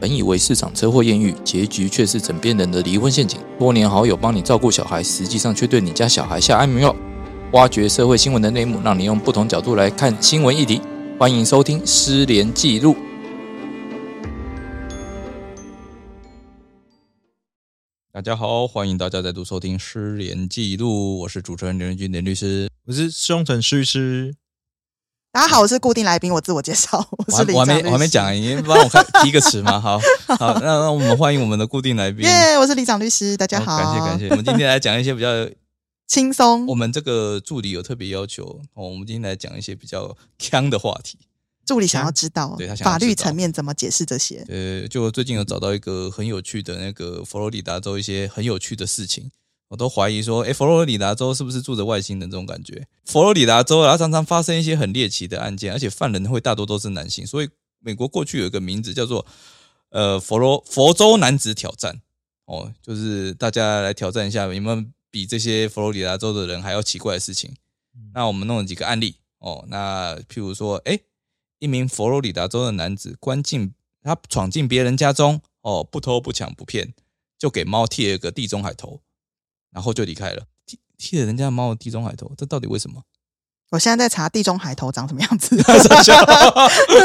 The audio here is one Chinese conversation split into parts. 本以为市场车祸艳遇，结局却是枕边人的离婚陷阱。多年好友帮你照顾小孩，实际上却对你家小孩下安眠药。挖掘社会新闻的内幕，让你用不同角度来看新闻议题。欢迎收听《失联记录》。大家好，欢迎大家再度收听《失联记录》，我是主持人连仁君，连律师。我是施荣成律师，大家好，我是固定来宾，我自我介绍，我我还是林我还长没律我还没师，讲，你帮我看提个词 嘛？好好，那那我们欢迎我们的固定来宾。耶我是李长律师，大家好好，哦感谢感谢。我们今天来讲一些比较，轻松我，们这个助理有特别要求哦，我们今天来讲一些比较呛的话题。助理想要知道对他想要法知律道层面怎么解释这些，呃，就最近有找到一个很有趣的那个佛罗里达州一些很有趣的事情，我都怀疑说，诶，佛罗里达州是不是住着外星人这种感觉？佛罗里达州然后常常发生一些很猎奇的案件，而且犯人会大多都是男性，所以美国过去有一个名字叫做呃佛罗佛州男子挑战哦，就是大家来挑战一下，你们比这些佛罗里达州的人还要奇怪的事情。那我们弄了几个案例哦，那譬如说，诶，一名佛罗里达州的男子关进他闯进别人家中，哦，不偷不抢不骗，就给猫剃了个地中海头，然后就离开了。剃剃了人家猫的地中海头，这到底为什么？ 我现在在查地中海头长什么 样子，傻笑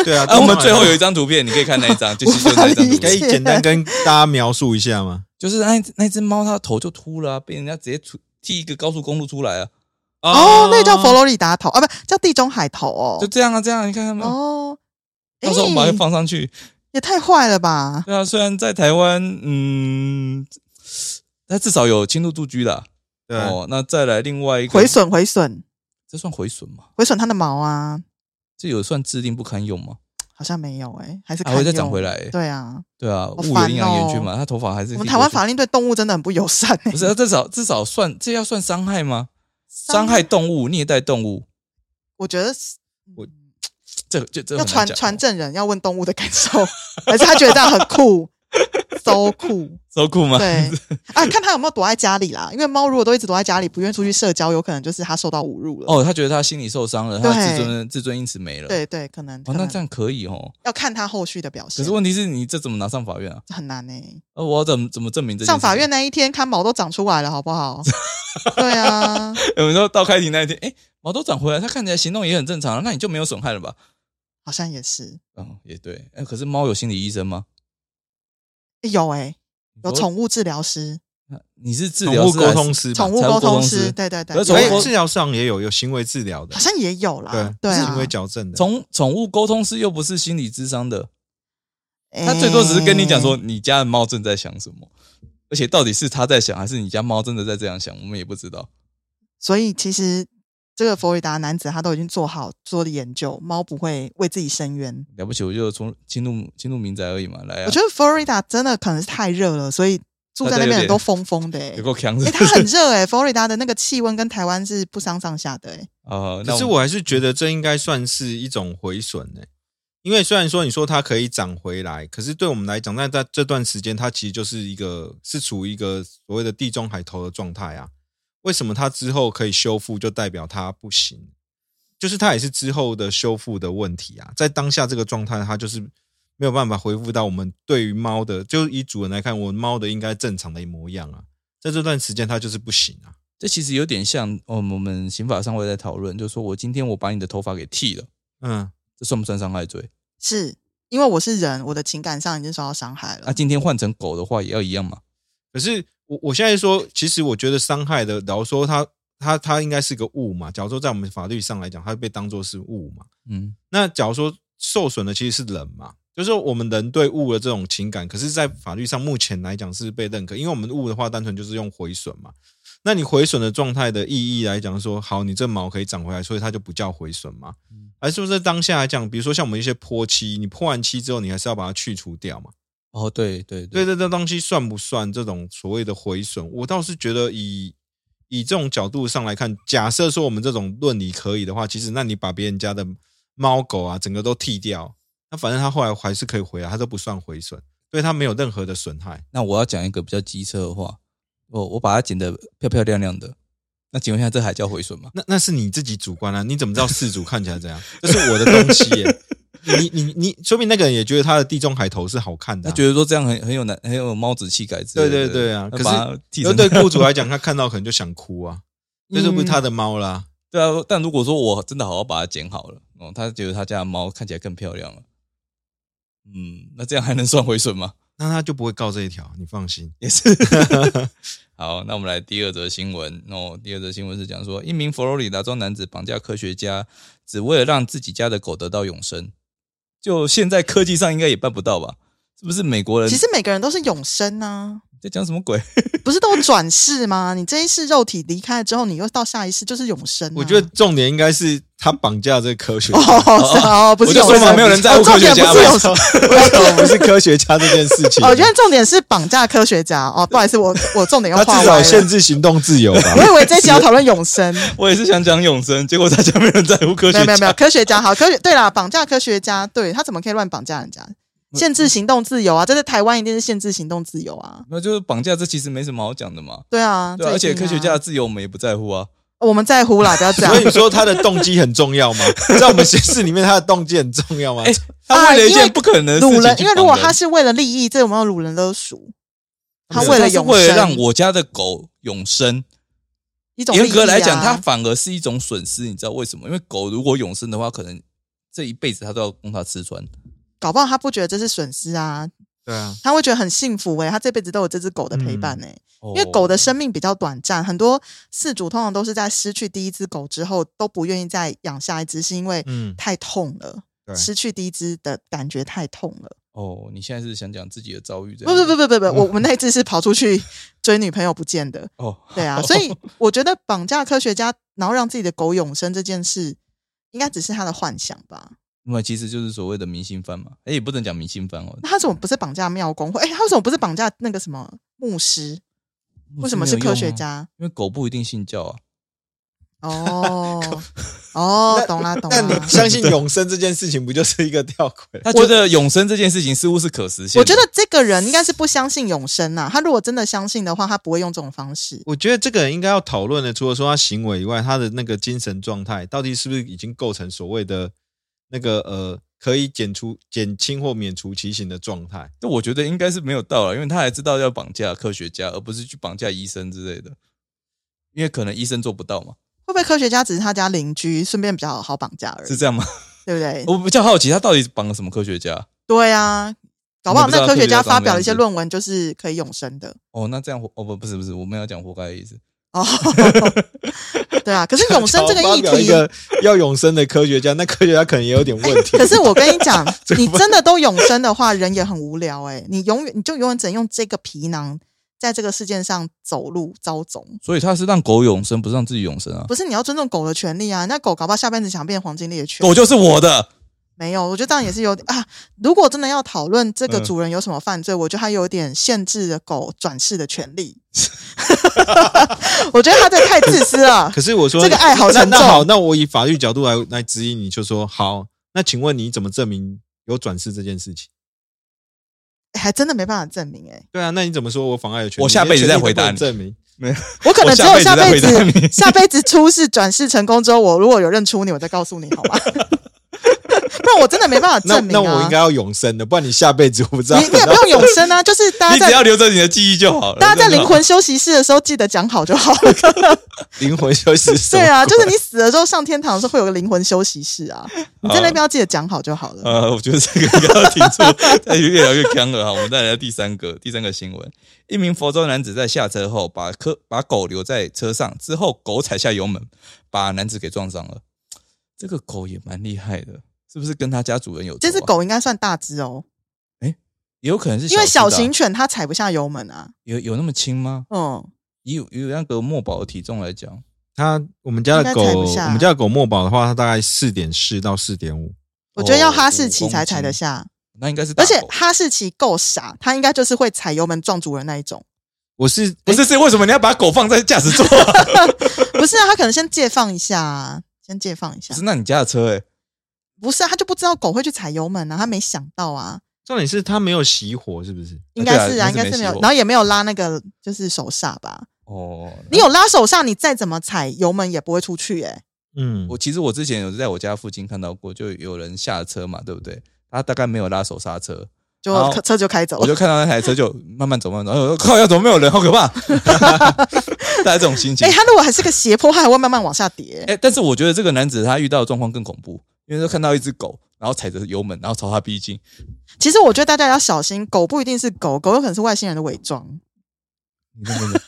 对啊，啊，我们最后有一张图片，你可以看那一张，就是就是那一张图无法理可以 片，解简单跟大家描述一下吗？ 就是那一只那一只猫，它的头就秃了啊、被人家直接出剃一个高速公路出来啊，哦，那叫佛罗里达头啊，不叫地中海头哦就，这样啊，这样你看看吗？哦，哎到时候我们把它放上去。哎也太坏了吧，对啊，虽然在台湾，嗯，它至少有轻度住居啦。对，哦，那再来另外一个毁，损毁损这算毁损吗？毁损它的毛啊，这有算制定不堪用吗？好像没有哎，还是还会再堪长用回来、欸。对啊，对啊，物有烦阴阳眼去哦嘛，他头发还是我可们以台湾过去法令对动物真的很不友善哎不，是啊，至少至少算这要算伤害吗？伤伤害动物、虐待动物，我觉得是我这这这要很难传讲哦传证人要问动物的感受，还是他觉得这样很酷 ，so 酷？ so 酷吗？对啊，看他有没有躲在家里啦。因为猫如果都一直躲在家里，不愿意出去社交，有可能就是它受到侮辱了。 哦，他觉得他心理受伤了，他的自对尊自尊因此没了。，对对，可能哦，可那能这样可以哦。要看他后续的表可现是。问题是你这怎么拿上法院啊？很难呢、欸呃，我要怎么怎么证明这？上法 院？那一天，看毛都长出来了，好不好？对啊，有人说到开庭那一天，哎，毛都长回来，他看起来行动也很正常，那你就没有损害了吧？好像也是、嗯，也对。哎，可是猫有心理医生吗？诶有哎、有我宠物治疗师、你是治宠疗物师还沟是通师吧，宠物财务沟沟通通师师，对对对，可是宠有物欸哎，治疗上也有有行为治疗的好，像也有啦对，，对啊行为，矫正的，宠宠物沟通师又不是心理智商的，欸他最多只是跟你讲嗯说你家的猫正在想什么，而且到底是他在想还是你家猫真的在这样想，我们也不知道。所以其实这个佛罗里达男子他都已经做好做的研究，猫不会为自己申冤。了不起，我就从进入进入民宅而已嘛，来啊啊我，觉得佛罗里达真的可能是太热了，所以住在那边的人都疯疯的、欸。有够强哎、的它很热哎、佛罗里达的那个气温跟台湾是不相上下的哎、啊。那可是我还是觉得这应该算是一种毁损呢，因为虽然说你说它可以长回来，可是对我们来讲，那在这段时间，它其实就是一个是处于一个所谓的地中海头的状态啊。为什么它之后可以修复，就代表它不行？就是它也是之后的修复的问题啊，在当下这个状态，它就是没有办法恢复到我们对于猫的，就以主人来看，我猫的应该正常的模样啊，在这段时间它就是不行啊。这其实有点像，嗯，我们刑法上会在讨论，就是说我今天我把你的头发给剃了，嗯，这算不算伤害罪？是因为我是人，我的情感上已经受到伤害了。啊那今天换成狗的话，也要一样嘛？可是我我现在说，其实我觉得伤害的，假如说它它它应该是个物嘛，假如说在我们法律上来讲，它被当作是物嘛。嗯，那假如说受损的其实是人嘛，就是我们人对物的这种情感，可是，在法律上目前来讲是被认可，因为我们物的话，单纯就是用毁损嘛。那你毁损的状态的意义来讲说，好，你这毛可以长回来，所以它就不叫毁损嘛。而是不是当下来讲，比如说像我们一些泼漆，你泼完漆之后，你还是要把它去除掉嘛？哦，对对对，这这东西算不算这种所谓的毁损？我倒是觉得以以这种角度上来看，假设说我们这种论理可以的话，其实那你把别人家的猫狗啊，整个都剃掉，那反正他后来还是可以回来，他都不算毁损，对他没有任何的损害。那我要讲一个比较机车的话，我我把它剪得漂漂亮亮的，那请问一下，这还叫毁损吗？啊 那那是你自己主观啊，你怎么知道事主看起来怎样？这是我的东西耶、你你你，说明那个人也觉得他的地中海头是好看的他啊、觉得说这样很很有男很有猫子气概之类对的。对对啊，那可是把它剃因为成对雇主来讲，他看到可能就想哭啊，嗯那就不是他的猫啦。对啊，但如果说我真的好好把它剪好了，哦，他觉得他家的猫看起来更漂亮了，嗯，那这样还能算毁损吗？那他就不会告这一条，你放心。也是。好，那我们来第二则新闻。哦，第二则新闻是讲说，一名佛罗里达州男子绑架科学家，只为了让自己家的狗得到永生。就现在科技上应该也办不到吧？是不是美国人其实每个人都是永生啊，在讲什么 鬼？不是都有转世吗？你这一世肉体离开了之后，你又到下一世就是永生啊、我觉得重点应该是他绑架这个科学哦，家，是哦，不是我就永说嘛生，没有人在乎哦重点科学家不是嘛永 生，为 什么不是科学家这件事情？哦我觉得重点是绑架科学家哦，不好意思，我我重点他 又画至歪少了限。制行动自由吧 我。以为这一集要讨论 永生，我也是想讲永生，结果大家没有人在乎科学家。没有没有没有，科学家好，科学对啦，绑架科学家，对他怎么可以乱绑架人家？限制行动自由啊，这在台湾一定是限制行动自由啊，那就是绑架，这其实没什么好讲的嘛。对啊，对啊、这而且一定科啊学家的自由我们也不在乎啊。我们在乎啦，不要这样所以。你说他的动机很 重要吗？在我们显示里面，他的动机很重要吗？哎他为了一因件为不可能的事掳情人，去啊因为如果绑人他是为了利益，这有没有掳人勒赎？他不是为了啊是永为了生让我家的狗永生，一种利益啊严格来讲，它反而是一种损失，你知道为什么？因为狗如果永生的话，可能这一辈子它都要供它吃穿。搞不好他不觉得这是损失啊，对啊，他会觉得很幸福诶、他这辈子都有这只狗的陪伴欸诶、因因为狗的生命比较短暂，很多饲主通常都是在失去第一只狗之后都不愿意再养下一只，是因为嗯，太痛了。对失去第一只的感觉太痛了，哦，你现在是想讲自己的遭遇？这不样不不不不不，我我们那一只是跑出去追女朋友不见的，不，哦，对啊，所以我觉得绑架科学家，然后让自己的狗永生这件事，应该只是他的幻想吧？那么其实就是所谓的明星犯嘛。哎，也不能讲明星犯哦。那他怎么不是绑架庙工？或哎，他为什么不是绑架那个什么牧师？为什么是科学？家？啊因为狗不一定信教啊。哦哦，懂啦懂那你啦。相信永生这件事情，不就是一个 吊诡？他觉得永生这件事情似乎是可实现的。我觉得这个人应该是不相信永生呐、他如果真的相信的话，他不会用这种方式。我觉得这个人应该要讨论的，除了说他行为以外，他的那个精神状态到底是不是已经构成所谓的那个呃，可以减除、减轻或免除其刑的状态？那我觉得应该是没有到了，因为他还知道要绑架科学家，而不是去绑架医生之类的，因为可能医生做不到嘛，会不会科学家只是他家邻居，顺便比较好绑架而是已，这 样吗？对不对？我比较好奇他到底绑了什么科学家。对啊，搞不好你也那不知道科学家科学家发表了一些长什么样子论文，就是可以永 生的。哦，那这样活哦不不是不是，我们要讲活该的意思。哦， 对啊，可是永 生这个议发表一题，个要永生的科学家，那科学家可能也有点问题。 可是我跟你 讲，你真的都永生的话，人也很无聊哎、你永远你就永远只能用这个皮囊在这个世界上走路遭总。所以他是让狗永生，不是让自己永生啊。不是你要尊重狗的权利啊，那狗搞不好下辈子想变黄金猎犬。狗就是我的，没有，我觉得这样也是有点啊。如果真的要讨论这个嗯主人有什么犯罪，我觉得他有点限制了狗转世的权利。 我觉得他这太自私了。可是我说这个爱好那沉那重好，那我以法律角度来来指引你，就说好。那请问你怎么证明有转世这件事情？还真的没办法证明哎、对啊，那你怎么说我妨碍了权利？我下辈子再回答你你的权利都不能啊证明。我可能只有我下下辈辈子再回答子你下辈子出世转世成功之后，我如果有认出你，我再告诉你好吗？ 不然我真的没办法那证明那啊。我应该要永生的，不然你下辈子我不知道。你你也不用永生啊，就是大你家只要呃在留着你的记忆就好了。大家在真的灵魂休息室的时候，记得讲好就好了。啊灵魂休息 室。对啊，就是你死了之后上天堂的时候会有个灵魂休息室 啊，你在那边要记得讲好就好了。呃，我觉得这个应该要停住，但越聊越僵了哈。我们再来第三个，第三个新闻：一名佛州男子在下车后，把车把狗留在车上，之后狗踩下油门，把男子给撞伤了。这个狗哦也蛮厉害的，是不是跟他家主人有、啊？这只狗应该算大只哦，也有可能是因为小小只的啊型犬它踩不下油门啊。有有那么轻吗？嗯，以以那个墨宝的体重来讲，它我们家的狗，应该踩不下我们家的狗墨宝的话，它大概四点四到四点五。我觉得要哈哦士奇才踩得，下，那应该是大而狗且哈士奇够傻，它应该就是会踩油门撞主人那一 种。我是不是是为什么你要把狗放在驾驶座、啊？不是啊，他可能先借放一下、啊，先借放一下不是。那你家的车哎、不是啊，他就不知道狗会去踩油门啊，他没想到啊，重点是它没有熄火，是不是？应该是对啊应该是应该是没没有熄，火然后也没有拉那个就是手刹吧。 哦，你有拉手刹，你再怎么踩油门也不会出去、欸，嗯，我其实我之前有在我家附近看到过，就有人下车嘛，对不对？他大概没有拉手刹车，就然后车就开走我就了。看到那台车就慢慢走，慢慢走，然后我说靠，要怎么没有人，好可怕！ 大家这种心情哎，。他如果还是个斜坡，他还会慢慢往下跌。哎、但是我觉得这个男子他遇到的状况更恐怖，因为他看到一只狗，然后踩着油门，然后朝他逼近。其实我觉得大家要小心，狗不一定是狗，狗有可能是外星人的伪装。你认不认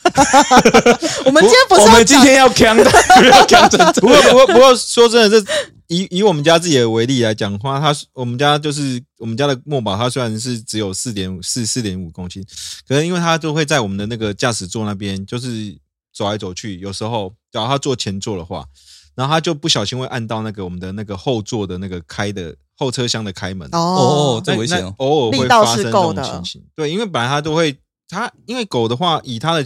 我们今天不是我要们今讲，天要扛的，不要扛真 不过不过不过，说真的，这以以我们家自己的为例来讲的话，它我们家就是我们家的墨宝，它虽然是只有四点四四点五公斤，可是因为它就会在我们的那个驾驶座那边，就是走来走去。有时候，假如它坐前座的话，然后它就不小心会按到那个我们的那个后座的那个开的后车厢的开门。哦哦，这那危险哦那偶尔会力道发是生这够种的情形。对，因为本来它都会，它因为狗的话，以它的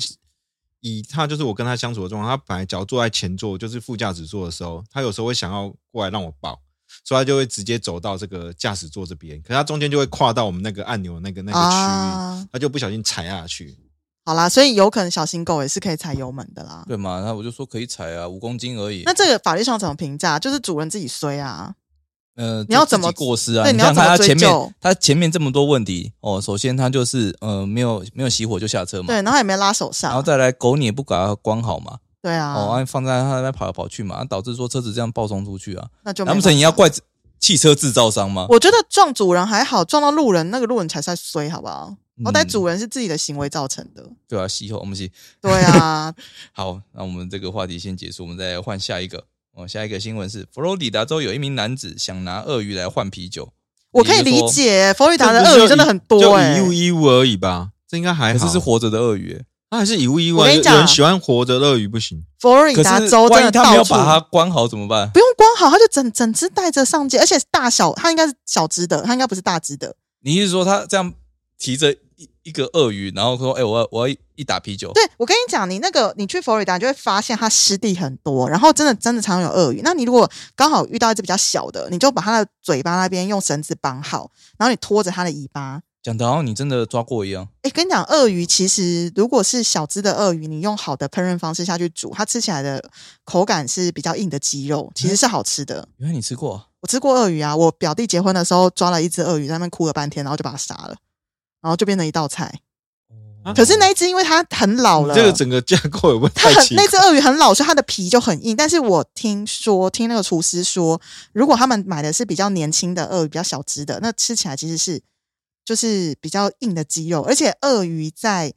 以它就是我跟它相处的状况，它本来只要坐在前座，就是副驾驶座的时候，它有时候会想要过来让我抱。所以它就会直接走到这个驾驶座这边，可是它中间就会跨到我们那个按钮那个那个区域，啊，它就不小心踩下去。好啦，所以有可能小型狗也是可以踩油门的啦。 对嘛？那我就说可以踩啊，五公斤而已。那这个法律上怎么评价？就是主人自己衰啊。呃，你要就自怎么己过失啊？对你你要想看他怎么前追面究，他前面这么多问题哦。首先他就是呃没有没有熄火就下车嘛，对，然啊后也没拉手然后刹，再来哎狗你也不给它关好嘛，对啊，哦，啊放在他那边跑来跑去嘛，啊导致说车子这样爆冲出去啊。那就没难不办成你要法。怪汽车制造商吗？我觉得撞主人还好，撞到路人那个路人才算衰，好不好？嗯好歹主人是自己的行为造成的。对啊，息后我们是对啊，好，那我们这个话题先结束，我们再换下一个。哦，下一个新闻是佛罗里达州有一名男子想拿鳄鱼来换啤酒，我可以比如理说解，佛罗里达的这不是鳄就鱼真的很多哎、就以物易物而已吧，这应该还可好。是是活着的鳄鱼、欸它还是以物易物、我啊。跟你有讲有人喜欢活着鳄鱼不行，佛罗里可达是州真万的一他没到有处把它关好怎么办？不用关好，它就整整只带着上街，而且大小它应该是小只的，它应该不是大只的。你是说他这样提着一一个鳄鱼，然后说：“哎、我要我要一一打啤酒。对我跟你讲，你那个你去佛罗里达，你就会发现它湿地很多，然后真的真的常有鳄鱼。那你如果刚好遇到一只比较小的，你就把它的嘴巴那边用绳子绑好，然后你拖着它的尾巴。”讲的好像你真的抓过一样。哎，跟你讲，鳄鱼其实如果是小只的鳄鱼，你用好的烹饪方式下去煮，它吃起来的口感是比较硬的鸡肉，其实是好吃的。原来你吃过、啊，我吃过鳄鱼啊，我表弟结婚的时候抓了一只鳄鱼，在那边哭了半天，然后就把它杀了，然后就变成一道菜。啊可是那一只因为它很老了，这个整个架构有问题它。很那只鳄鱼很老，所以它的皮就很硬。但是我听说，听那个厨师说，如果他们买的是比较年轻的鳄鱼，比较小只的，那吃起来其实是就是比较硬的鸡肉。而且鳄鱼在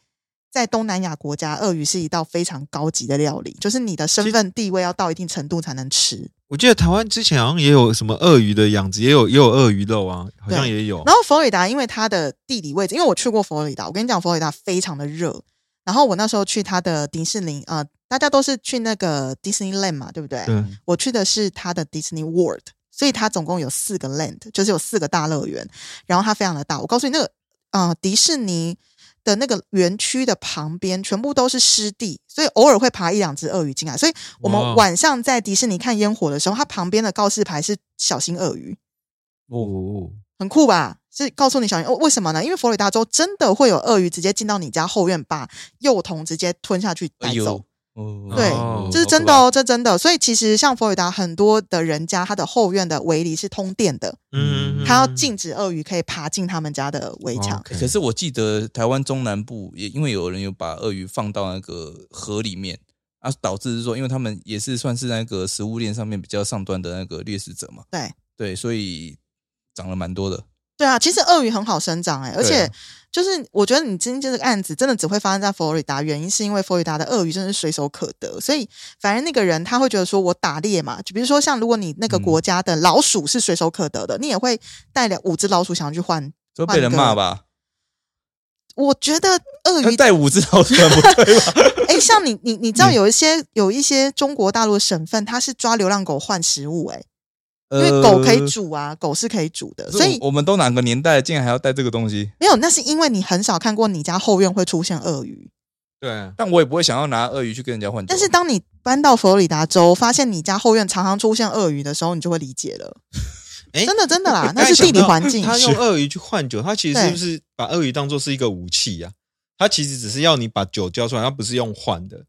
在东南亚国家，鳄鱼是一道非常高级的料理，就是你的身份地位要到一定程度才能吃。我记得台湾之前好像也有什么鳄鱼的养殖，也有也有鳄鱼肉啊，好像也有。然后佛罗里达因为它的地理位置，因为我去过佛罗里达，我跟你讲，佛罗里达非常的热。然后我那时候去它的迪士尼，呃，大家都是去那个 Disneyland 嘛，对不对？对，我去的是它的 Disney World，所以它总共有四个 land，就是有四个大乐园，然后它非常的大。我告诉你，那个呃迪士尼的那个园区的旁边全部都是湿地，所以偶尔会爬一两只鳄鱼进来。所以我哇们晚上在迪士尼看烟火的时候，它旁边的告示牌是小心鳄鱼，哦，很酷吧？是告诉你小心哦，为什么呢？因为佛罗里达州真的会有鳄鱼直接进到你家后院，把幼童直接吞下去哎带呦走。，哦对哦这是真的哦，这真的。所以其实像佛罗里达很多的人家，他的后院的围篱是通电的，嗯，他要禁止鳄鱼可以爬进他们家的围墙。可是我记得台湾中南部也因为有人有把鳄鱼放到那个河里面啊，导致是说，因为他们也是算是那个食物链上面比较上端的那个掠食者嘛。对对，所以涨了蛮多的。对啊，其实鳄鱼很好生长哎、而对啊且就是我觉得你今天这个案子真的只会发生在佛罗里达，原因是因为佛罗里达的鳄鱼真的是随手可得，所以反正那个人他会觉得说我打猎嘛，就比如说像如果你那个嗯国家的老鼠是随手可得的，你也会带了五只老鼠想要去换。就被人骂吧，我觉得鳄他鱼带五只老鼠很不对吧？哎、像你你你知道呃嗯有一些、有一些中国大陆的省份，它是抓流浪狗换食物、欸， 因因为狗呃可以煮啊，狗是可以煮的，所所以以我们都哪个年代，竟然还要带这个东西？没有，那是因为你很少看过你家后院会出现鳄鱼，对，但我也不会想要拿鳄鱼去跟人家换酒。啊但是当你搬到佛罗里达州，发现你家后院常常出现鳄鱼的时候，你就会理解了。哎真的真的啦，刚那才是地理想到环境，他用鳄鱼去换酒，他其实对是不是把鳄鱼当做是一个武器呀、啊？他其实只是要你把酒交出来，他不是用换的。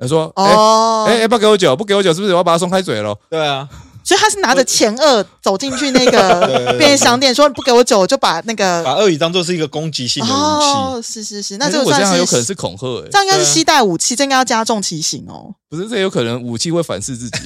他说：“哎哦，哎哎，不给我酒，不给我酒，是不是我要把它送开嘴了对啊，所以他是拿着前二走进去那个便利商店，说不给我酒，我就把那把个鳄鱼当做是一个攻击性的武器。哦，是是是，那但这是我个这算样有可能是是恐吓、欸，这样应该是对啊携带武器，这应该要加重其刑哦。不是，这有可能武器会反噬 自己，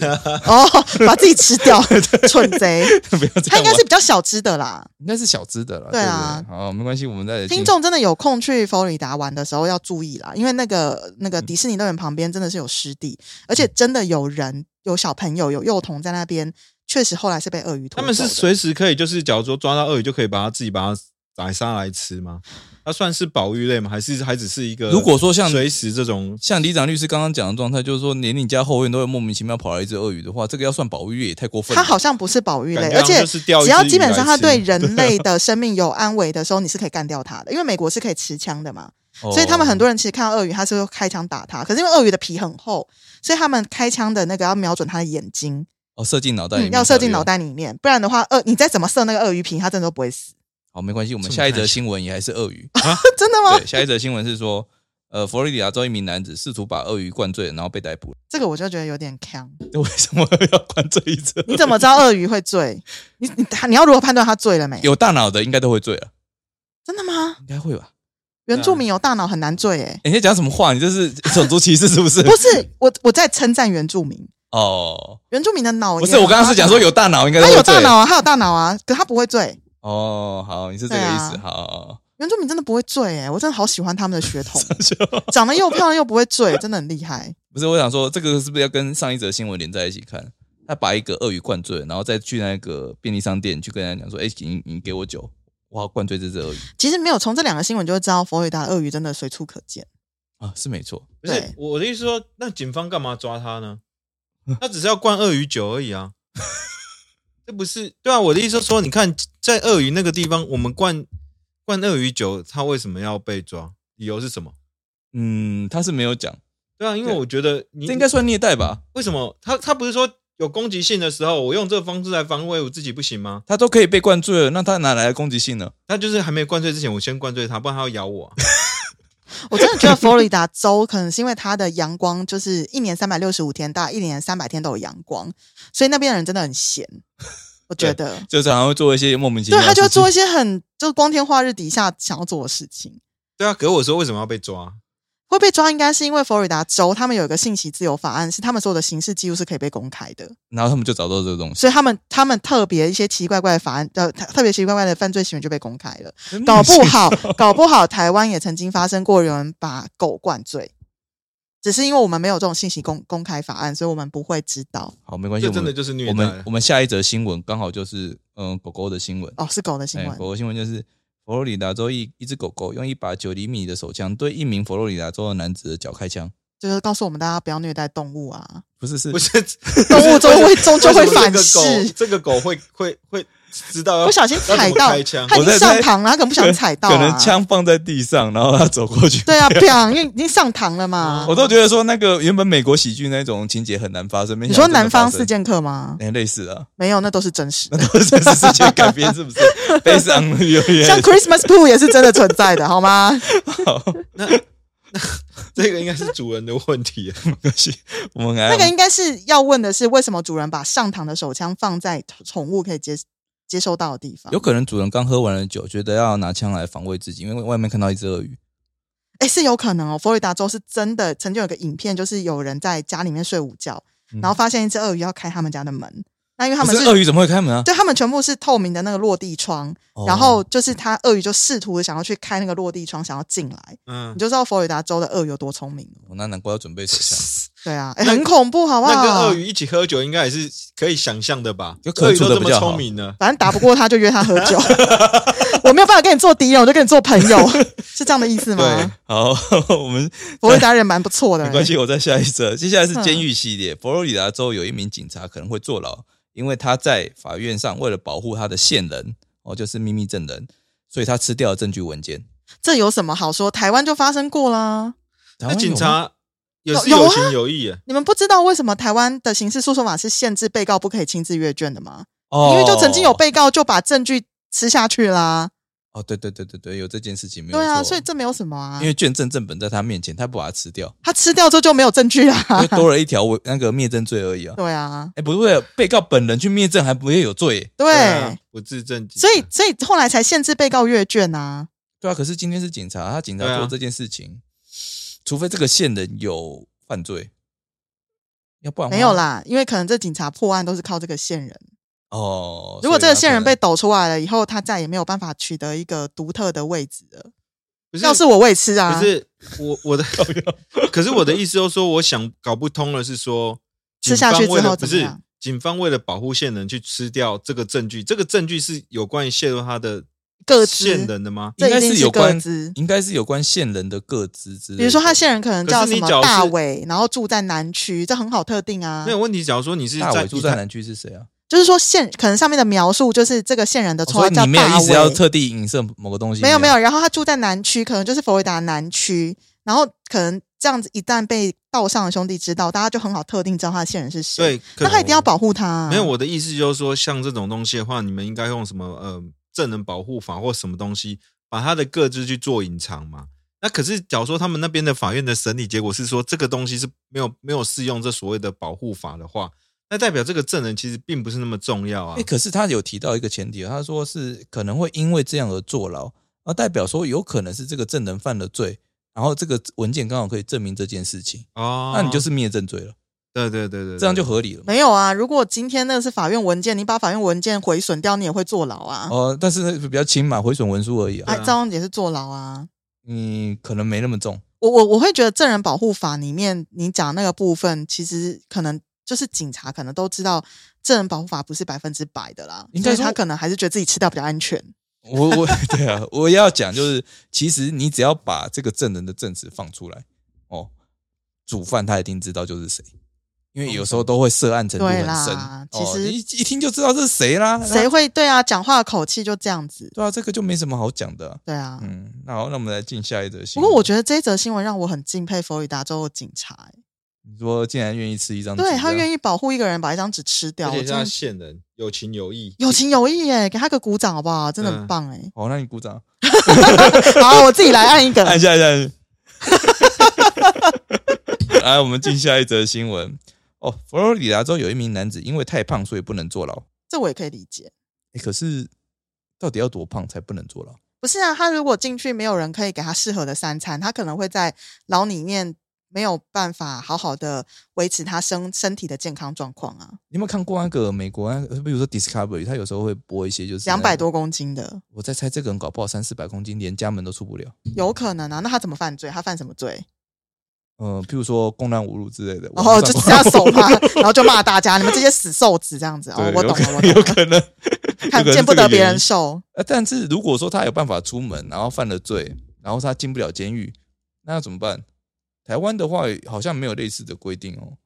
哦，把自己吃掉， 蠢贼！不 要这样他应该玩是。比较小只的啦。应该是小只的了。对对啊不对好，没关系，我们再听众真的有空去佛罗里达玩的时候要注意啦，因为那个那个嗯迪士尼乐园旁边真的是有湿地，而且真的有人有小朋友有幼童在那边，确实后来是被鳄鱼拖他们是走的随时可以，就是假如说抓到鳄鱼，就可以把它自己把它宰杀来吃吗？它算是保育类吗？还是还只是一个？如果说像随时这种，像里长律师刚刚讲的状态，就是说连你家后院都会莫名其妙跑来一只鳄鱼的话，这个要算保育也太过分了。它好像不是保育类感，觉而好像且就是钓一只要只基本鱼上来它吃 对人类的生命有安危的时候，你是可以干掉它的，因为美国是可以持枪的嘛，哦，所以他们很多人其实看到鳄鱼，他是会开枪打它，可是因为鳄鱼的皮很厚，所以他们开枪的那个要瞄准它的眼睛，哦射进脑袋里嗯面，要射进脑。袋里面，不然的话，鳄你再怎么射那个鳄鱼皮，它真的都不会死， 好，没关系，我们这么下一则开心新闻也还是鳄鱼。真的吗对，？下一则新闻是说，呃，佛罗里达州一名男子试图把鳄鱼灌醉，然后被逮捕。这个我就觉得有点坑。 为什么要灌醉一只？你怎么知道鳄鱼会醉？你你他你要如何判断它醉了没？有大脑的应该都会醉了，啊真的吗？应该会吧？原住啊民有大脑很难醉诶、欸你在讲什么话？你这是 种族歧视是不是？不是我我在称赞原住民，哦，原住民的脑不也是，我刚刚是讲说有大脑应该都他会有醉大脑啊，他有大脑啊，可他不会醉。哦，好，你是这个意思，对啊好好， 原住民真的不会醉哎、我真的好喜欢他们的血统，长得又漂亮又不会醉，真的很厉害。不是，我想说这个是不是要跟上一则新闻连在一起看？他把一个鳄鱼灌醉，然后再去那个便利商店去跟人家讲说：“哎、你你给我酒，我要灌醉这只鳄鱼其实没有从这两个新闻就会知道，佛罗里达鳄鱼真的随处可见。啊！”是没错，不是对我的意思说，那警方干嘛抓他呢？嗯他只是要灌鳄鱼酒而已啊，这不是对啊？我的意思说，你看在鳄鱼那个地方，我们灌灌鳄鱼酒，他为什么要被抓？理由是什么？嗯，他是没有讲，对啊，因为对我觉得你这应该算虐待吧？为什么他他不是说有攻击性的时候，我用这个方式来防卫我自己不行吗？他都可以被灌醉了，那他哪来的攻击性呢？他就是还没灌醉之前，我先灌醉他，不然他要咬我啊、 我真的觉得佛罗里达州可能是因为它的阳光就是一年三百六十五天，大概一年三百天都有阳光，所以那边的人真的很闲。我觉得，就常常会做一些莫名其妙对的事他情，就会做一些很就是光天化日底下想要做的事情。对啊，可是我说为什么要被抓？啊会被抓应该是因为佛罗里达州他们有一个信息自由法案，是他们所有的刑事记录是可以被公开的，然后他们就找到这个东西，所以他们他们特别一些奇奇怪怪的法案，呃，特特别奇奇怪怪的犯罪行为就被公开了。嗯搞不 好，搞不好台湾也曾经发生过有人把狗灌醉，只是因为我们没有这种信息公公开法案，所以我们不会知道好，没关系，这我真的们就是虐我待啊们。我们下一则新闻刚好就是嗯狗狗的新闻，哦，是狗的新哎，闻。狗狗新闻就是佛罗里达州一一只狗狗用一把九厘米的手枪对一名佛罗里达州的男子的脚开枪，就是告诉我们大家不要虐待动物啊， 不是是 不是动物终会终究会为什么反这个狗噬，这个狗会会会知道要不小心踩到要怎么开，枪它已我在经上膛了，它可能可不想踩到可能啊。枪放在地上，然后他走过去。对啊，不想，因为已经上膛了嘛啊。哦我都觉得说那个原本美国喜剧那种情节很难发生，没你想到说真的南方发生四，剑客吗？哎，类似啊， 没有，那都是真实的。都是真实事件改编，是 不是？Based on real 像 events Christmas Pooh 也是真的存在的，好吗？那那 这个应该是主人的 问题啊。没关系，我们来那个应该是要问的是，为什么主人把上膛的手枪放在宠物可以接接收到的地方有？可能主人刚喝完了酒，觉得要拿枪来防卫自己，因为外面看到一只鳄鱼。哎、是有可能哦。佛罗里达州是真的曾经有个影片，就是有人在家里面睡午觉，嗯然后发现一只鳄鱼要开他们家的门。那因为他们可是是鳄鱼怎么会开门啊？对他们全部是透明的那个落地窗，哦然后就是他鳄鱼就试图想要去开那个落地窗，想要进来，嗯你，就知道佛罗里达州的鳄鱼有多聪明了。哦那难怪要准备手枪，对啊，哎、很恐怖，好不好？那跟鳄鱼一起喝酒应该也是可以想象的吧？有可鳄能鱼做都得这比么较好聪明了，反正打不过他就约他喝 酒，我没有办法跟你做敌人，我就跟你做朋友， 是这样的意思对吗？ 好，我们佛罗里达人蛮不错的、没关系，我在下一则。接下来是监狱系列。佛罗里达州有一名警察可能会坐牢，因为他在法院上为了保护他的线人，哦，就是秘密证人，所以他吃掉了证据文件。这有什么好说？台湾就发生过啦。台那湾有警吗察也是有有有啊情有义啊。你们不知道为什么台湾的刑事诉讼法是限制被告不可以亲自阅卷的吗？哦，因为就曾经有被告就把证据吃下去啦。哦，对对对对对，有这件事情没有对啊，错所以这没有什么啊因，为卷证正本在他面前，他不把它吃 掉，他吃掉之后就没有证据因啦 为。多了一条我那个灭证罪而已啊。对啊，哎，不对，被告本人去灭证还不会有罪耶。对啊，，不自证。啊所以所以后来才限制被告阅卷啊。对啊，可是今天是警察，他警对察啊做这件事情，除非这个线人有犯罪，要不然的话没有。啦，因为可能这警察破案都是靠这个线人。哦，如果这个所以线他人可能被抖出来了以后，他再也没有办法取得一个独特的位置了。不是要是我，我也吃啊。哦可是我 我的， 可是我的意思就是说，我想搞不通的是说，吃下去警方为之了后不怎么是样警方为了保护线人去吃掉这个证据，这个证据是有关于泄露他的各自线人的吗？这应一该定是是有各关自，嗯应该是有关线人的个资之类的。比如说他线人可能叫可是什你么假如是大伟，然后住在南区，这很好特定啊没。有问题。假如说你是大在伟住以在他南区是谁啊？就是说线可能上面的描述就是这个线人的哦我绰号说叫你没有大意思要伟，特地影射某个啊东西？没有没有，然后他住在南区，可能就是佛罗里达南区，然后可能这样子一旦被道上的兄弟知道，大家就很好特定知道他的线人是谁。对，可那他一定要保护他、啊。没有，我的意思就是说，像这种东西的话，你们应该用什么呃证人保护法或什么东西，把他的各自去做隐藏嘛。那可是，假如说他们那边的法院的审理结果是说这个东西是没有没有适用这所谓的保护法的话，那代表这个证人其实并不是那么重要啊哎、。可是他有提到一个前提，哦他说是可能会因为这样而坐牢，而代表说有可能是这个证人犯了罪，然后这个文件刚好可以证明这件事情，哦，那你就是灭证罪了，对对对对，这样就对合理了嘛。没有啊！如果今天那个是法院文件，你把法院文件毁损掉，你也会坐牢啊！哦，但是那比较轻嘛，毁损文书而已哎、啊，对啊照样也是坐牢啊！你可能没那么重。我我我会觉得证人保护法里面你讲那个部分，其实可能就是警察可能都知道证人保护法不是百分之百的啦，应所该以说他可能还是觉得自己吃掉比较安全。我我 对啊，我要讲就是，其实你只要把这个证人的证词放出来，哦，主犯他一定知道就是谁，因为有时候都会涉案程度很哦对啦深，其实哦、一一听就知道这是谁啦，谁会对啊？讲话的口气就这样子，对啊，这个就没什么好讲的啊、对啊。嗯，那好，那我们来进下一则不新闻。过我觉得这一则新闻让我很敬佩佛罗里达州的警察、欸你说竟然愿意吃一张纸，对他愿意，意保护一个人把一张纸吃掉，而我且真是他的线人有情有义，有情有义耶、给他个鼓掌好不好？真的很嗯棒哎、好，那你鼓掌， 好，啊我自己来按一 个。按一下，按一下 按一下。来，我们进下一则新闻。哦，佛罗里达州有一名男子因为太胖，所以不能坐牢。这我也可以理解。诶可是到底要多胖才不能坐牢？不是啊，他如果进去没有人可以给他适合的三餐，他可能会在牢里面没有办法好好的维持他身身体的健康状况啊。你有没有看过那个美国那个，比如说 Discovery，他有时候会播一些就是两百那个，多公斤的，我在猜这个人搞不好三四百公斤，连家门都出不了。有可能啊。那他怎么犯罪？他犯什么罪？嗯、譬如说公然侮辱之类的，然哦后就网只上 要手他，然后就骂大家：“你们这些死瘦子！”这样子。哦对，我有懂可了，我 懂有了。可能，有看可能是见不这个得别原因人瘦，呃，但是如果说他有办法出门，然后犯了罪，然后他进不了监狱，那要怎么办？台湾的话好像没有类似的规定哦。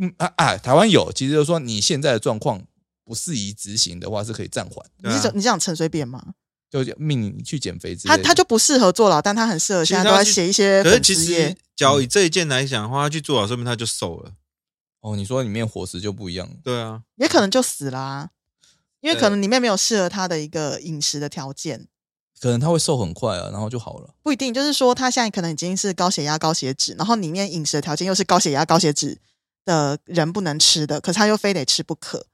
嗯啊啊，台湾有，其实就是说你现在的状况不适宜执行的话，是可以暂缓，你对是啊想你是想陈水扁吗？就命你去减肥之类他的。他就不适合坐牢，但他很适合其现实在他都在是写一些可是粉其丝实页。假嗯如以这一件来讲的话，他去做好，说明他就瘦了。哦，你说里面伙食就不一样了。对啊，也可能就死啦、啊因为对可能里面没有适合他的一个饮食的条件，可能他会瘦很快啊，然后就好了。不一定就是说他现在可能已经是高血压、高血脂，然后里面饮食的条件又是高血压、高血脂的人不能吃的，可是他又非得吃不可。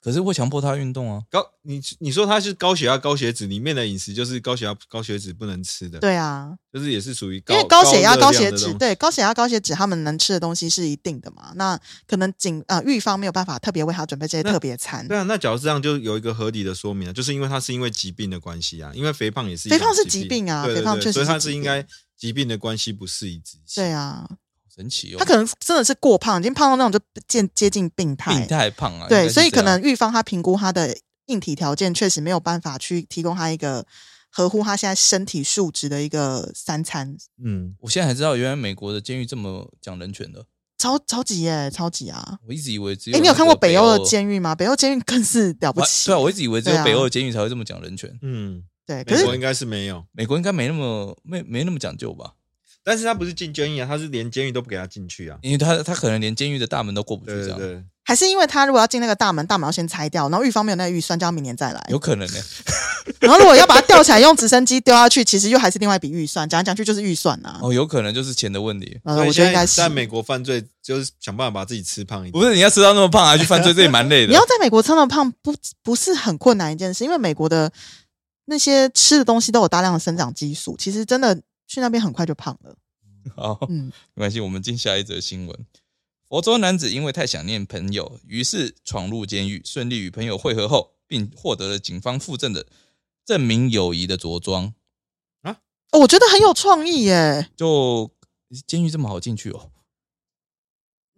可是会强迫他运动啊，高，你你说他是高血压、高血脂里面的饮食，就是高血压、高血脂不能吃的，，对啊，就是也是属于高因为高血压、高高热量血的脂，东西，对高血压、高血脂，他们能吃的东西是一定的嘛？那可能警呃预防没有办法特别为他准备这些那特别餐。对啊。那假如这样，就有一个合理的说明了，就是因为它是因为疾病的关系啊，因为肥胖也是一种肥胖是疾疾病啊对对肥胖对确实所以是它疾是病应该疾病的关系不适宜执行。对啊，神奇哦。他可能真的是过胖，已经胖到那种就接接近病态。病太胖啊，应对，该是所以这可样能预防他评估他的硬体条件，确实没有办法去提供他一个合乎他现在身体素质的一个三餐，嗯，我现在才知道，原来美国的监狱这么讲人权的。超超级耶、超级啊！我一直以为只哎、有、你有看过北欧的狱？监狱吗？北欧监狱更是了不啊起，对啊，我一直以为只对有啊北欧的监狱才会这么讲人权，嗯，对，可美国是应该是没有，美国应该没那么没没那么讲究吧？但是他不是进监狱啊，他是连监狱都不给他进去啊。因为他他可能连监狱的大门都过不去对这对样。对，还是因为他如果要进那个大门，大门要先拆掉，然后预防没有那个预算，叫他明年再来。有可能呢、然后如果要把它吊起来，用直升机丢下去，其实又还是另外一笔预算。讲来讲去就是预算啊。哦，有可能 就是钱的问题。呃，所以我觉现得应在该是在美国犯罪就是想办法把自己吃胖一点不。是你要吃到那么胖还啊去犯罪，这也蛮累你的要。在美国吃到胖不不是很困难一件事，因为美国的那些吃的东西都有大量的生长激素，其实真的去那边很快就胖了。 好，嗯，没关系，我们进下一则新闻。佛州男子因为太想念朋友，于是闯入监狱，顺利与朋友会合后，并获得了警方附赠的证明友谊的着装。哦我觉得很有创意耶。就监狱这么好进去哦？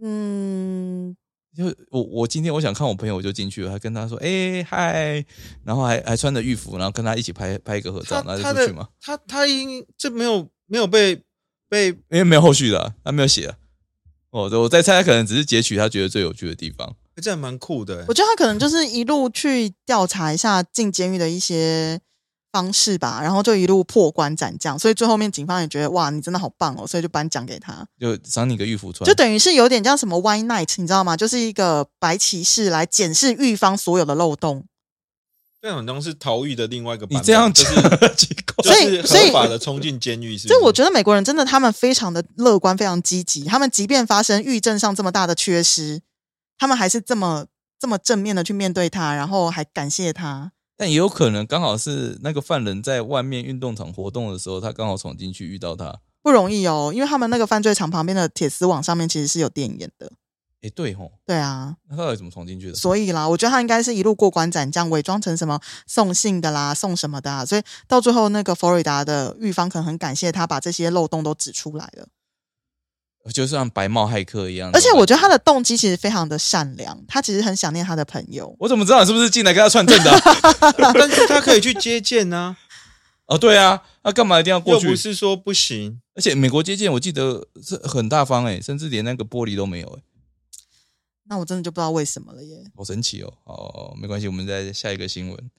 嗯，就我我今天我想看我朋友，我就进去了，还跟他说：“哎、嗨！”然后还还穿着浴服，然后跟他一起拍拍一个合照，他然后就他出去的嘛。他他应这没有没有被被因为没有后续的啊、他没有写啊、哦，我在猜，他可能只是截取他觉得最有趣的地方。这还蛮酷的欸我。觉得他可能就是一路去调查一下进监狱的一些方式吧，然后就一路破关斩将，所以最后面警方也觉得哇，你真的好棒哦，所以就颁奖给他，就赏你个玉服穿，就等于是有点叫什么 Y Night，你知道吗？就是一个白骑士来检视狱方所有的漏洞。这种东西是逃狱的另外一个版你本，这样就讲是 奇怪。就所以是所以合法的冲进监狱，是不所是？以我觉得美国人真的他们非常的乐观，非常积极，他们即便发生狱政上这么大的缺失，他们还是这么这么正面的去面对他，然后还感谢他。但也有可能刚好是那个犯人在外面运动场活动的时候，他刚好闯进去遇到他。不容易哦，因为他们那个犯罪场旁边的铁丝网上面其实是有电眼的。哎、对吼，对啊，那他到底怎么闯进去的？所以啦，我觉得他应该是一路过关斩将，伪装成什么送信的啦，送什么的啊，所以到最后那个佛罗里达的狱方可能很感谢他把这些漏洞都指出来了。就像白帽骇客一样。而且我觉得他的动机其实非常的善良，他其实很想念他的朋友。我怎么知道你是不是进来跟他串证的啊、 但是他可以去接见啊，哦，对啊，那干嘛一定要 过又去不？是说不行。而且美国接见我记得是很大方哎、甚至连那个玻璃都没有哎、那我真的就不知道为什么了耶。好神奇哦。哦，没关系，我们再下一个新闻。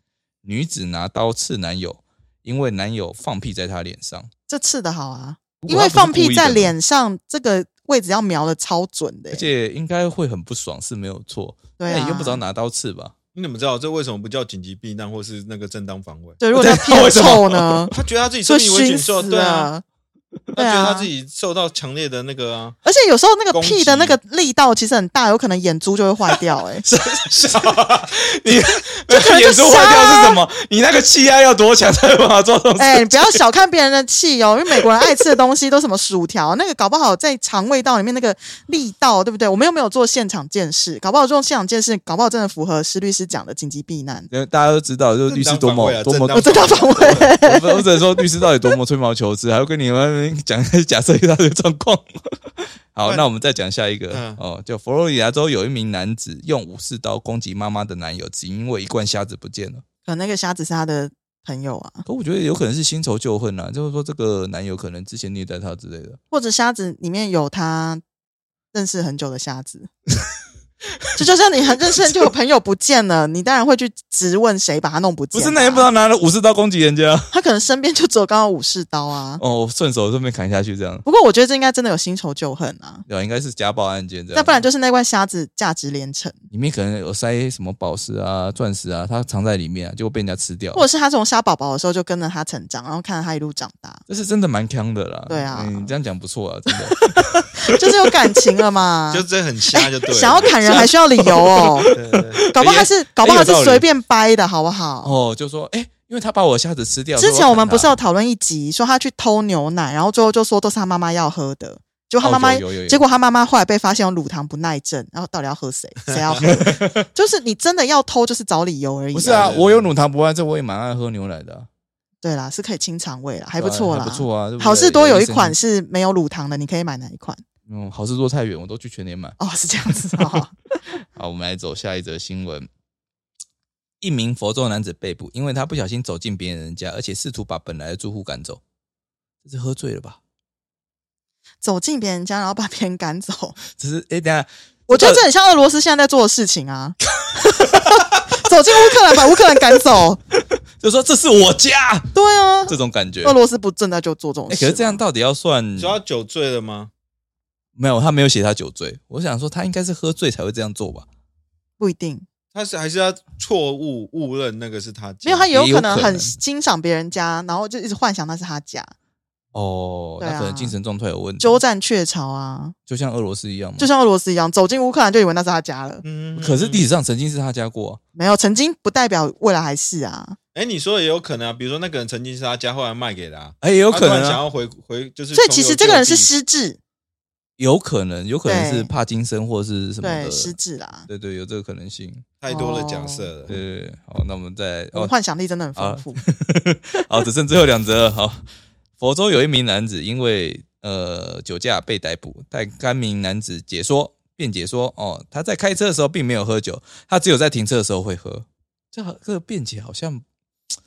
女子拿刀刺男友，因为男友放屁在她脸上。这刺的好啊，如因果她为不是放故屁意在的脸上这个位置要瞄的超准的耶，而且应该会很不爽是没有错，对那啊，你用不着。拿刀刺吧？你怎么知道这为什么不叫紧急避难或是那个正当防卫？对，哦如果他屁很 臭呢，他觉得他自己就生命危熏险死受，对啊，了。对他觉得他啊自，己受到强烈的那个啊，而且有时候那个攻屁的那击个力道其实很大，有可能眼珠就会坏掉。 哎，你啊眼珠坏啊掉是什么？你那个气压要多强才有办法做这种事？哎，你不要小看别人的气哦，因为美国人爱吃的东西都什么薯条，那个搞不好在肠胃道里面那个力道，对不对？我们又没有做现场见识，搞不好这种现场见识，搞不好真的符合施律师讲的紧急避难。因为 大家都知道， 就是律师多么多么，正我当哦正当防卫，啊 我只能说律师到底多么吹毛求疵，还要跟你们讲 假设一大堆状况。好，对那我们再讲下一个嗯。哦，就佛罗里达州有一名男子用武士刀攻击妈妈的男友，只因为一罐虾子不见了。可能那个瞎子是他的朋友啊。可我觉得有可能是新仇旧恨啦、啊就是说这个男友可能之前虐待她之类的。或者瞎子里面有他认识很久的瞎子，这就像你很认识很久的朋友不见了，你当然会去质问谁把他弄不不见、啊是，那也不知，道拿了武士刀攻击人家。他可能身边就只有刚刚武士刀啊。哦，顺手顺便砍下去这样，不过我觉得这应该真的有新仇旧恨啊，对吧？应该是家暴案件这样。那不然就是那块瞎子价值连城，里面可能有塞什么宝石啊、钻石啊，它藏在里面啊，结果被人家吃掉。或者是他从杀宝宝的时候就跟着他成长，然后看着他一路长大，这是真的蛮坑的啦。对啊嗯你这样讲不错啊，真的。就是有感情了嘛 啊就这很瞎就对了。哎想要砍人还需要理由哦，对对对搞不好他是搞不好他有道是理随便掰的，好不好？哦，就说哎、因为他把我虾子吃掉。之所以前我们砍他不是有讨论一集，说他去偷牛奶，然后最后就说都是他妈妈要喝的，结果他妈哦，妈有有有有结果他妈妈后来被发现有乳糖不耐症，然后到底要 喝谁？谁要喝？就是你真的要偷，就是找理由而已。不是啊，对对对我有乳糖不耐症，我也蛮爱喝牛奶的啊、对啦，是可以清肠胃啦，还还不错啦，还不错啊。对不对好事多有一款益是没有乳糖的，你可以买哪一生款？ 菌，嗯，好事多太远，我都去全年买。哦，是这样子 哦。好，我们来走下一则新闻。一名佛州男子被捕，因为他不小心走进别人家，而且试图把本来的住户赶走。这是喝醉了吧？走进别人家，然后把别人赶走，只是哎，等一下我觉得这很像俄罗斯现在在做的事情啊。 走进乌克兰，把乌克兰赶走，就说这是我家对啊，这种感觉。俄罗斯不正在就做这种哎，事吗。啊可是这样到底要算？主要酒醉了吗？没有，他没有写他酒醉。我想说他应该是喝醉才会这样做吧？不一定，他是还是要错误误认那个是他家，没有他有也有可能可很能欣赏别人家，然后就一直幻想那是他家，哦，对啊他可能精神状态有问题，鸠占鹊巢啊，就像俄罗斯一样嘛。就像俄罗斯一样，走进乌克兰就以为那是他家了。嗯可是历史上曾经是他家过啊、没有，曾经不代表未来还是啊，哎、你说的也有可能啊，比如说那个人曾经是他家，后来卖给他，哎、也有有可能想啊，要回回就是，所以其实这个人是，失智，有可能，有可能是对帕金森或是什么的对，，失智啦。对对，有这个可能性。太多的假设了。对对对，好，那我们再哦我们，幻想力真的很丰富，好，只剩最后两则了。好，佛州有一名男子因为呃酒驾被逮捕，但该名男子解说辩解说，哦，他在开车的时候并没有喝酒，他只有在停车的时候会喝。这好这个辩解好像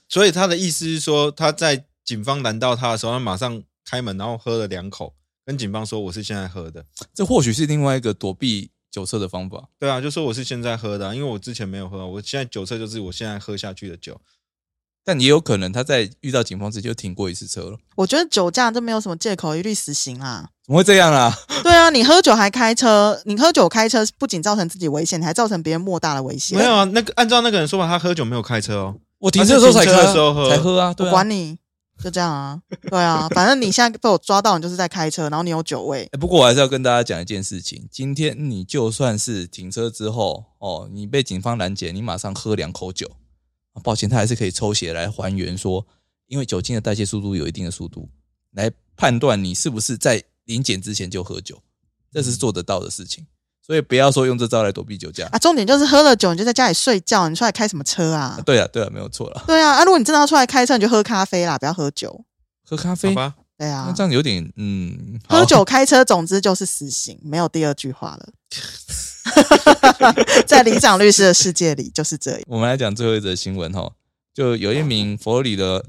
所以他的意思是说，他在警方拦到他的时候，他马上开门，然后喝了两口，跟警方说我是现在喝的。这或许是另外一个躲避酒测的方法。对啊，就说我是现在喝的啊、因为我之前没有喝啊，我现在酒测就是我现在喝下去的酒。但也有可能他在遇到警方之前就停过一次车了，我觉得酒驾这没有什么借口，一律死刑啦。怎么会这样啦？对啊，你喝酒还开车，你喝酒开车不仅造成自己危险，你还造成别人莫大的危险。没有，啊，那个按照那个人说法，他喝酒没有开车哦。我啊停车的时候才他开在停车的时候喝才喝啊，对我啊。管你，就这样啊，对啊，反正你现在被我抓到，你就是在开车，然后你有酒味，欸不过我还是要跟大家讲一件事情：今天你就算是停车之后，哦，你被警方拦截，你马上喝两口酒，啊抱歉，他还是可以抽血来还原说，因为酒精的代谢速度有一定的速度，来判断你是不是在临检之前就喝酒，这是做得到的事情。所以不要说用这招来躲避酒驾。啊，重点就是喝了酒你就在家里睡觉，你出来开什么车啊啊？对了，对了，没有错了，对啊，啊，如果你真的要出来开车，你就喝咖啡啦，不要喝酒。喝咖好啡，吧，对那啊这，样有点嗯，好喝酒开车，总之就是死刑，没有第二句话了。 在李长律师的世界里就是这样。我们来讲最后一则新闻哈，就有一名佛罗里的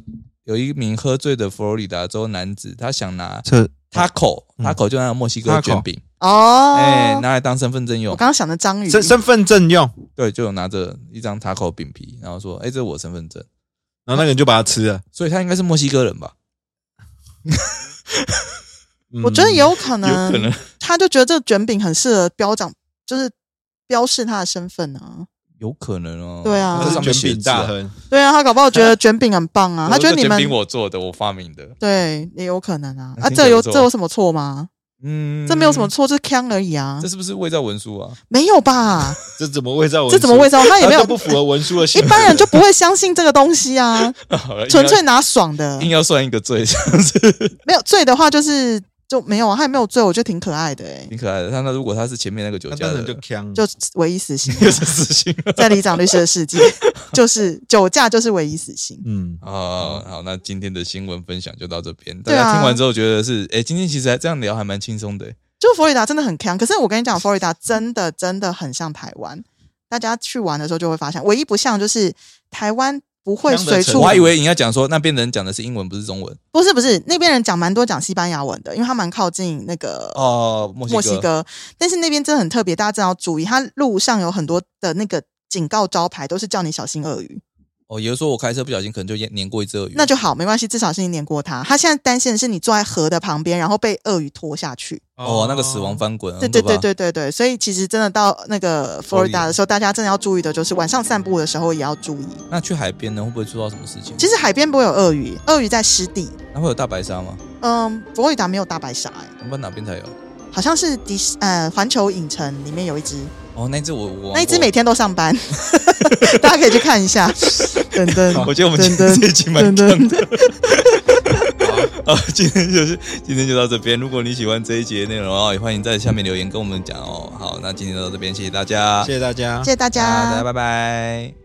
有一名喝醉的佛罗里达州男子，他想拿这 taco 嗯 taco 就那个墨西哥 taco 卷饼，哦，哎、拿来当身份证我用，刚刚想的章鱼，身身份证用，对，就有拿着一张 taco 饼皮，然后说，哎、这是我身份证，然后那个人就把它吃了。所以他应该是墨西哥人吧？嗯我觉得有可能，有可能他就觉得这个卷饼很适合标长，就是标示他的身份啊。有可能哦，对啊这这上是面卷写饼字啊大，亨，对啊，他搞不好 觉得卷饼很棒啊，他觉得你这们卷饼我做的，我发明的，对也有可能啊。啊，听起来这有不错这有什么错吗？嗯，这没有什么，错，就是坑而已啊这，是不是伪造文书啊？没有吧？这怎么会在我？这怎么会？知道？他也他没 有哦啊这不符合文书的 性一质。般人就不会相信这个东西啊， 好了，纯粹拿爽的硬要。硬要算一个罪，这样子没有罪的话，就是就没有啊，他也没有罪，我觉得挺可爱的哎、挺可爱的。但那如果啊他是前面那个酒他驾当的然 就人，呛，就唯一死刑啊、又是死刑了。在李长律师的世界，就是酒驾就是唯一死刑。嗯，哦，好，那今天的新闻分享就到这边。大对啊家听完之后觉得是，哎、今天其实还这样聊还蛮轻松的、就佛罗里达真的很强，可是我跟你讲，佛罗里达真的真的很像台湾。大家去玩的时候就会发现，唯一不像就是台湾不会随不处我，还以为你要讲说那边人讲的是英文，不是中文不是不是，那边人讲蛮多讲西班牙文的，因为他蛮靠近那个哦，墨西墨西哥，但是那边真的很特别，大家真的要注意，它路上有很多的那个警告招牌，都是叫你小心鳄鱼。哦，也就是说我开车不小心可能就碾碾过一只鳄鱼，那就好，没关系，至少是你碾过它。它现在担心的是你坐在河的旁边，然后被鳄鱼拖下去。哦，那个死亡翻滚，对很对可对怕，对对对，所以其实真的到那个佛罗里达的时候，大家真的要注意的就是晚上散步的时候也要注意。那去海边呢，会不会出到什么事情？其实海边不会有鳄鱼，鳄鱼在湿地。那会有大白鲨吗？嗯，佛罗里达没有大白鲨、欸，我们哪边才有？好像是迪士呃环球影城里面有一只，哦，那一只我我玩那一只过每天都上班， 大家可以去看一下。 等等，我觉得我们今噔天噔这一集蛮噔干的。好，哦今天就是今天就到这边。如果你喜欢这一集的内容的话，也欢迎在下面留言跟我们讲哦。好，那今天就到这边，谢谢大家，谢谢大家，谢谢大家，啊大家拜拜。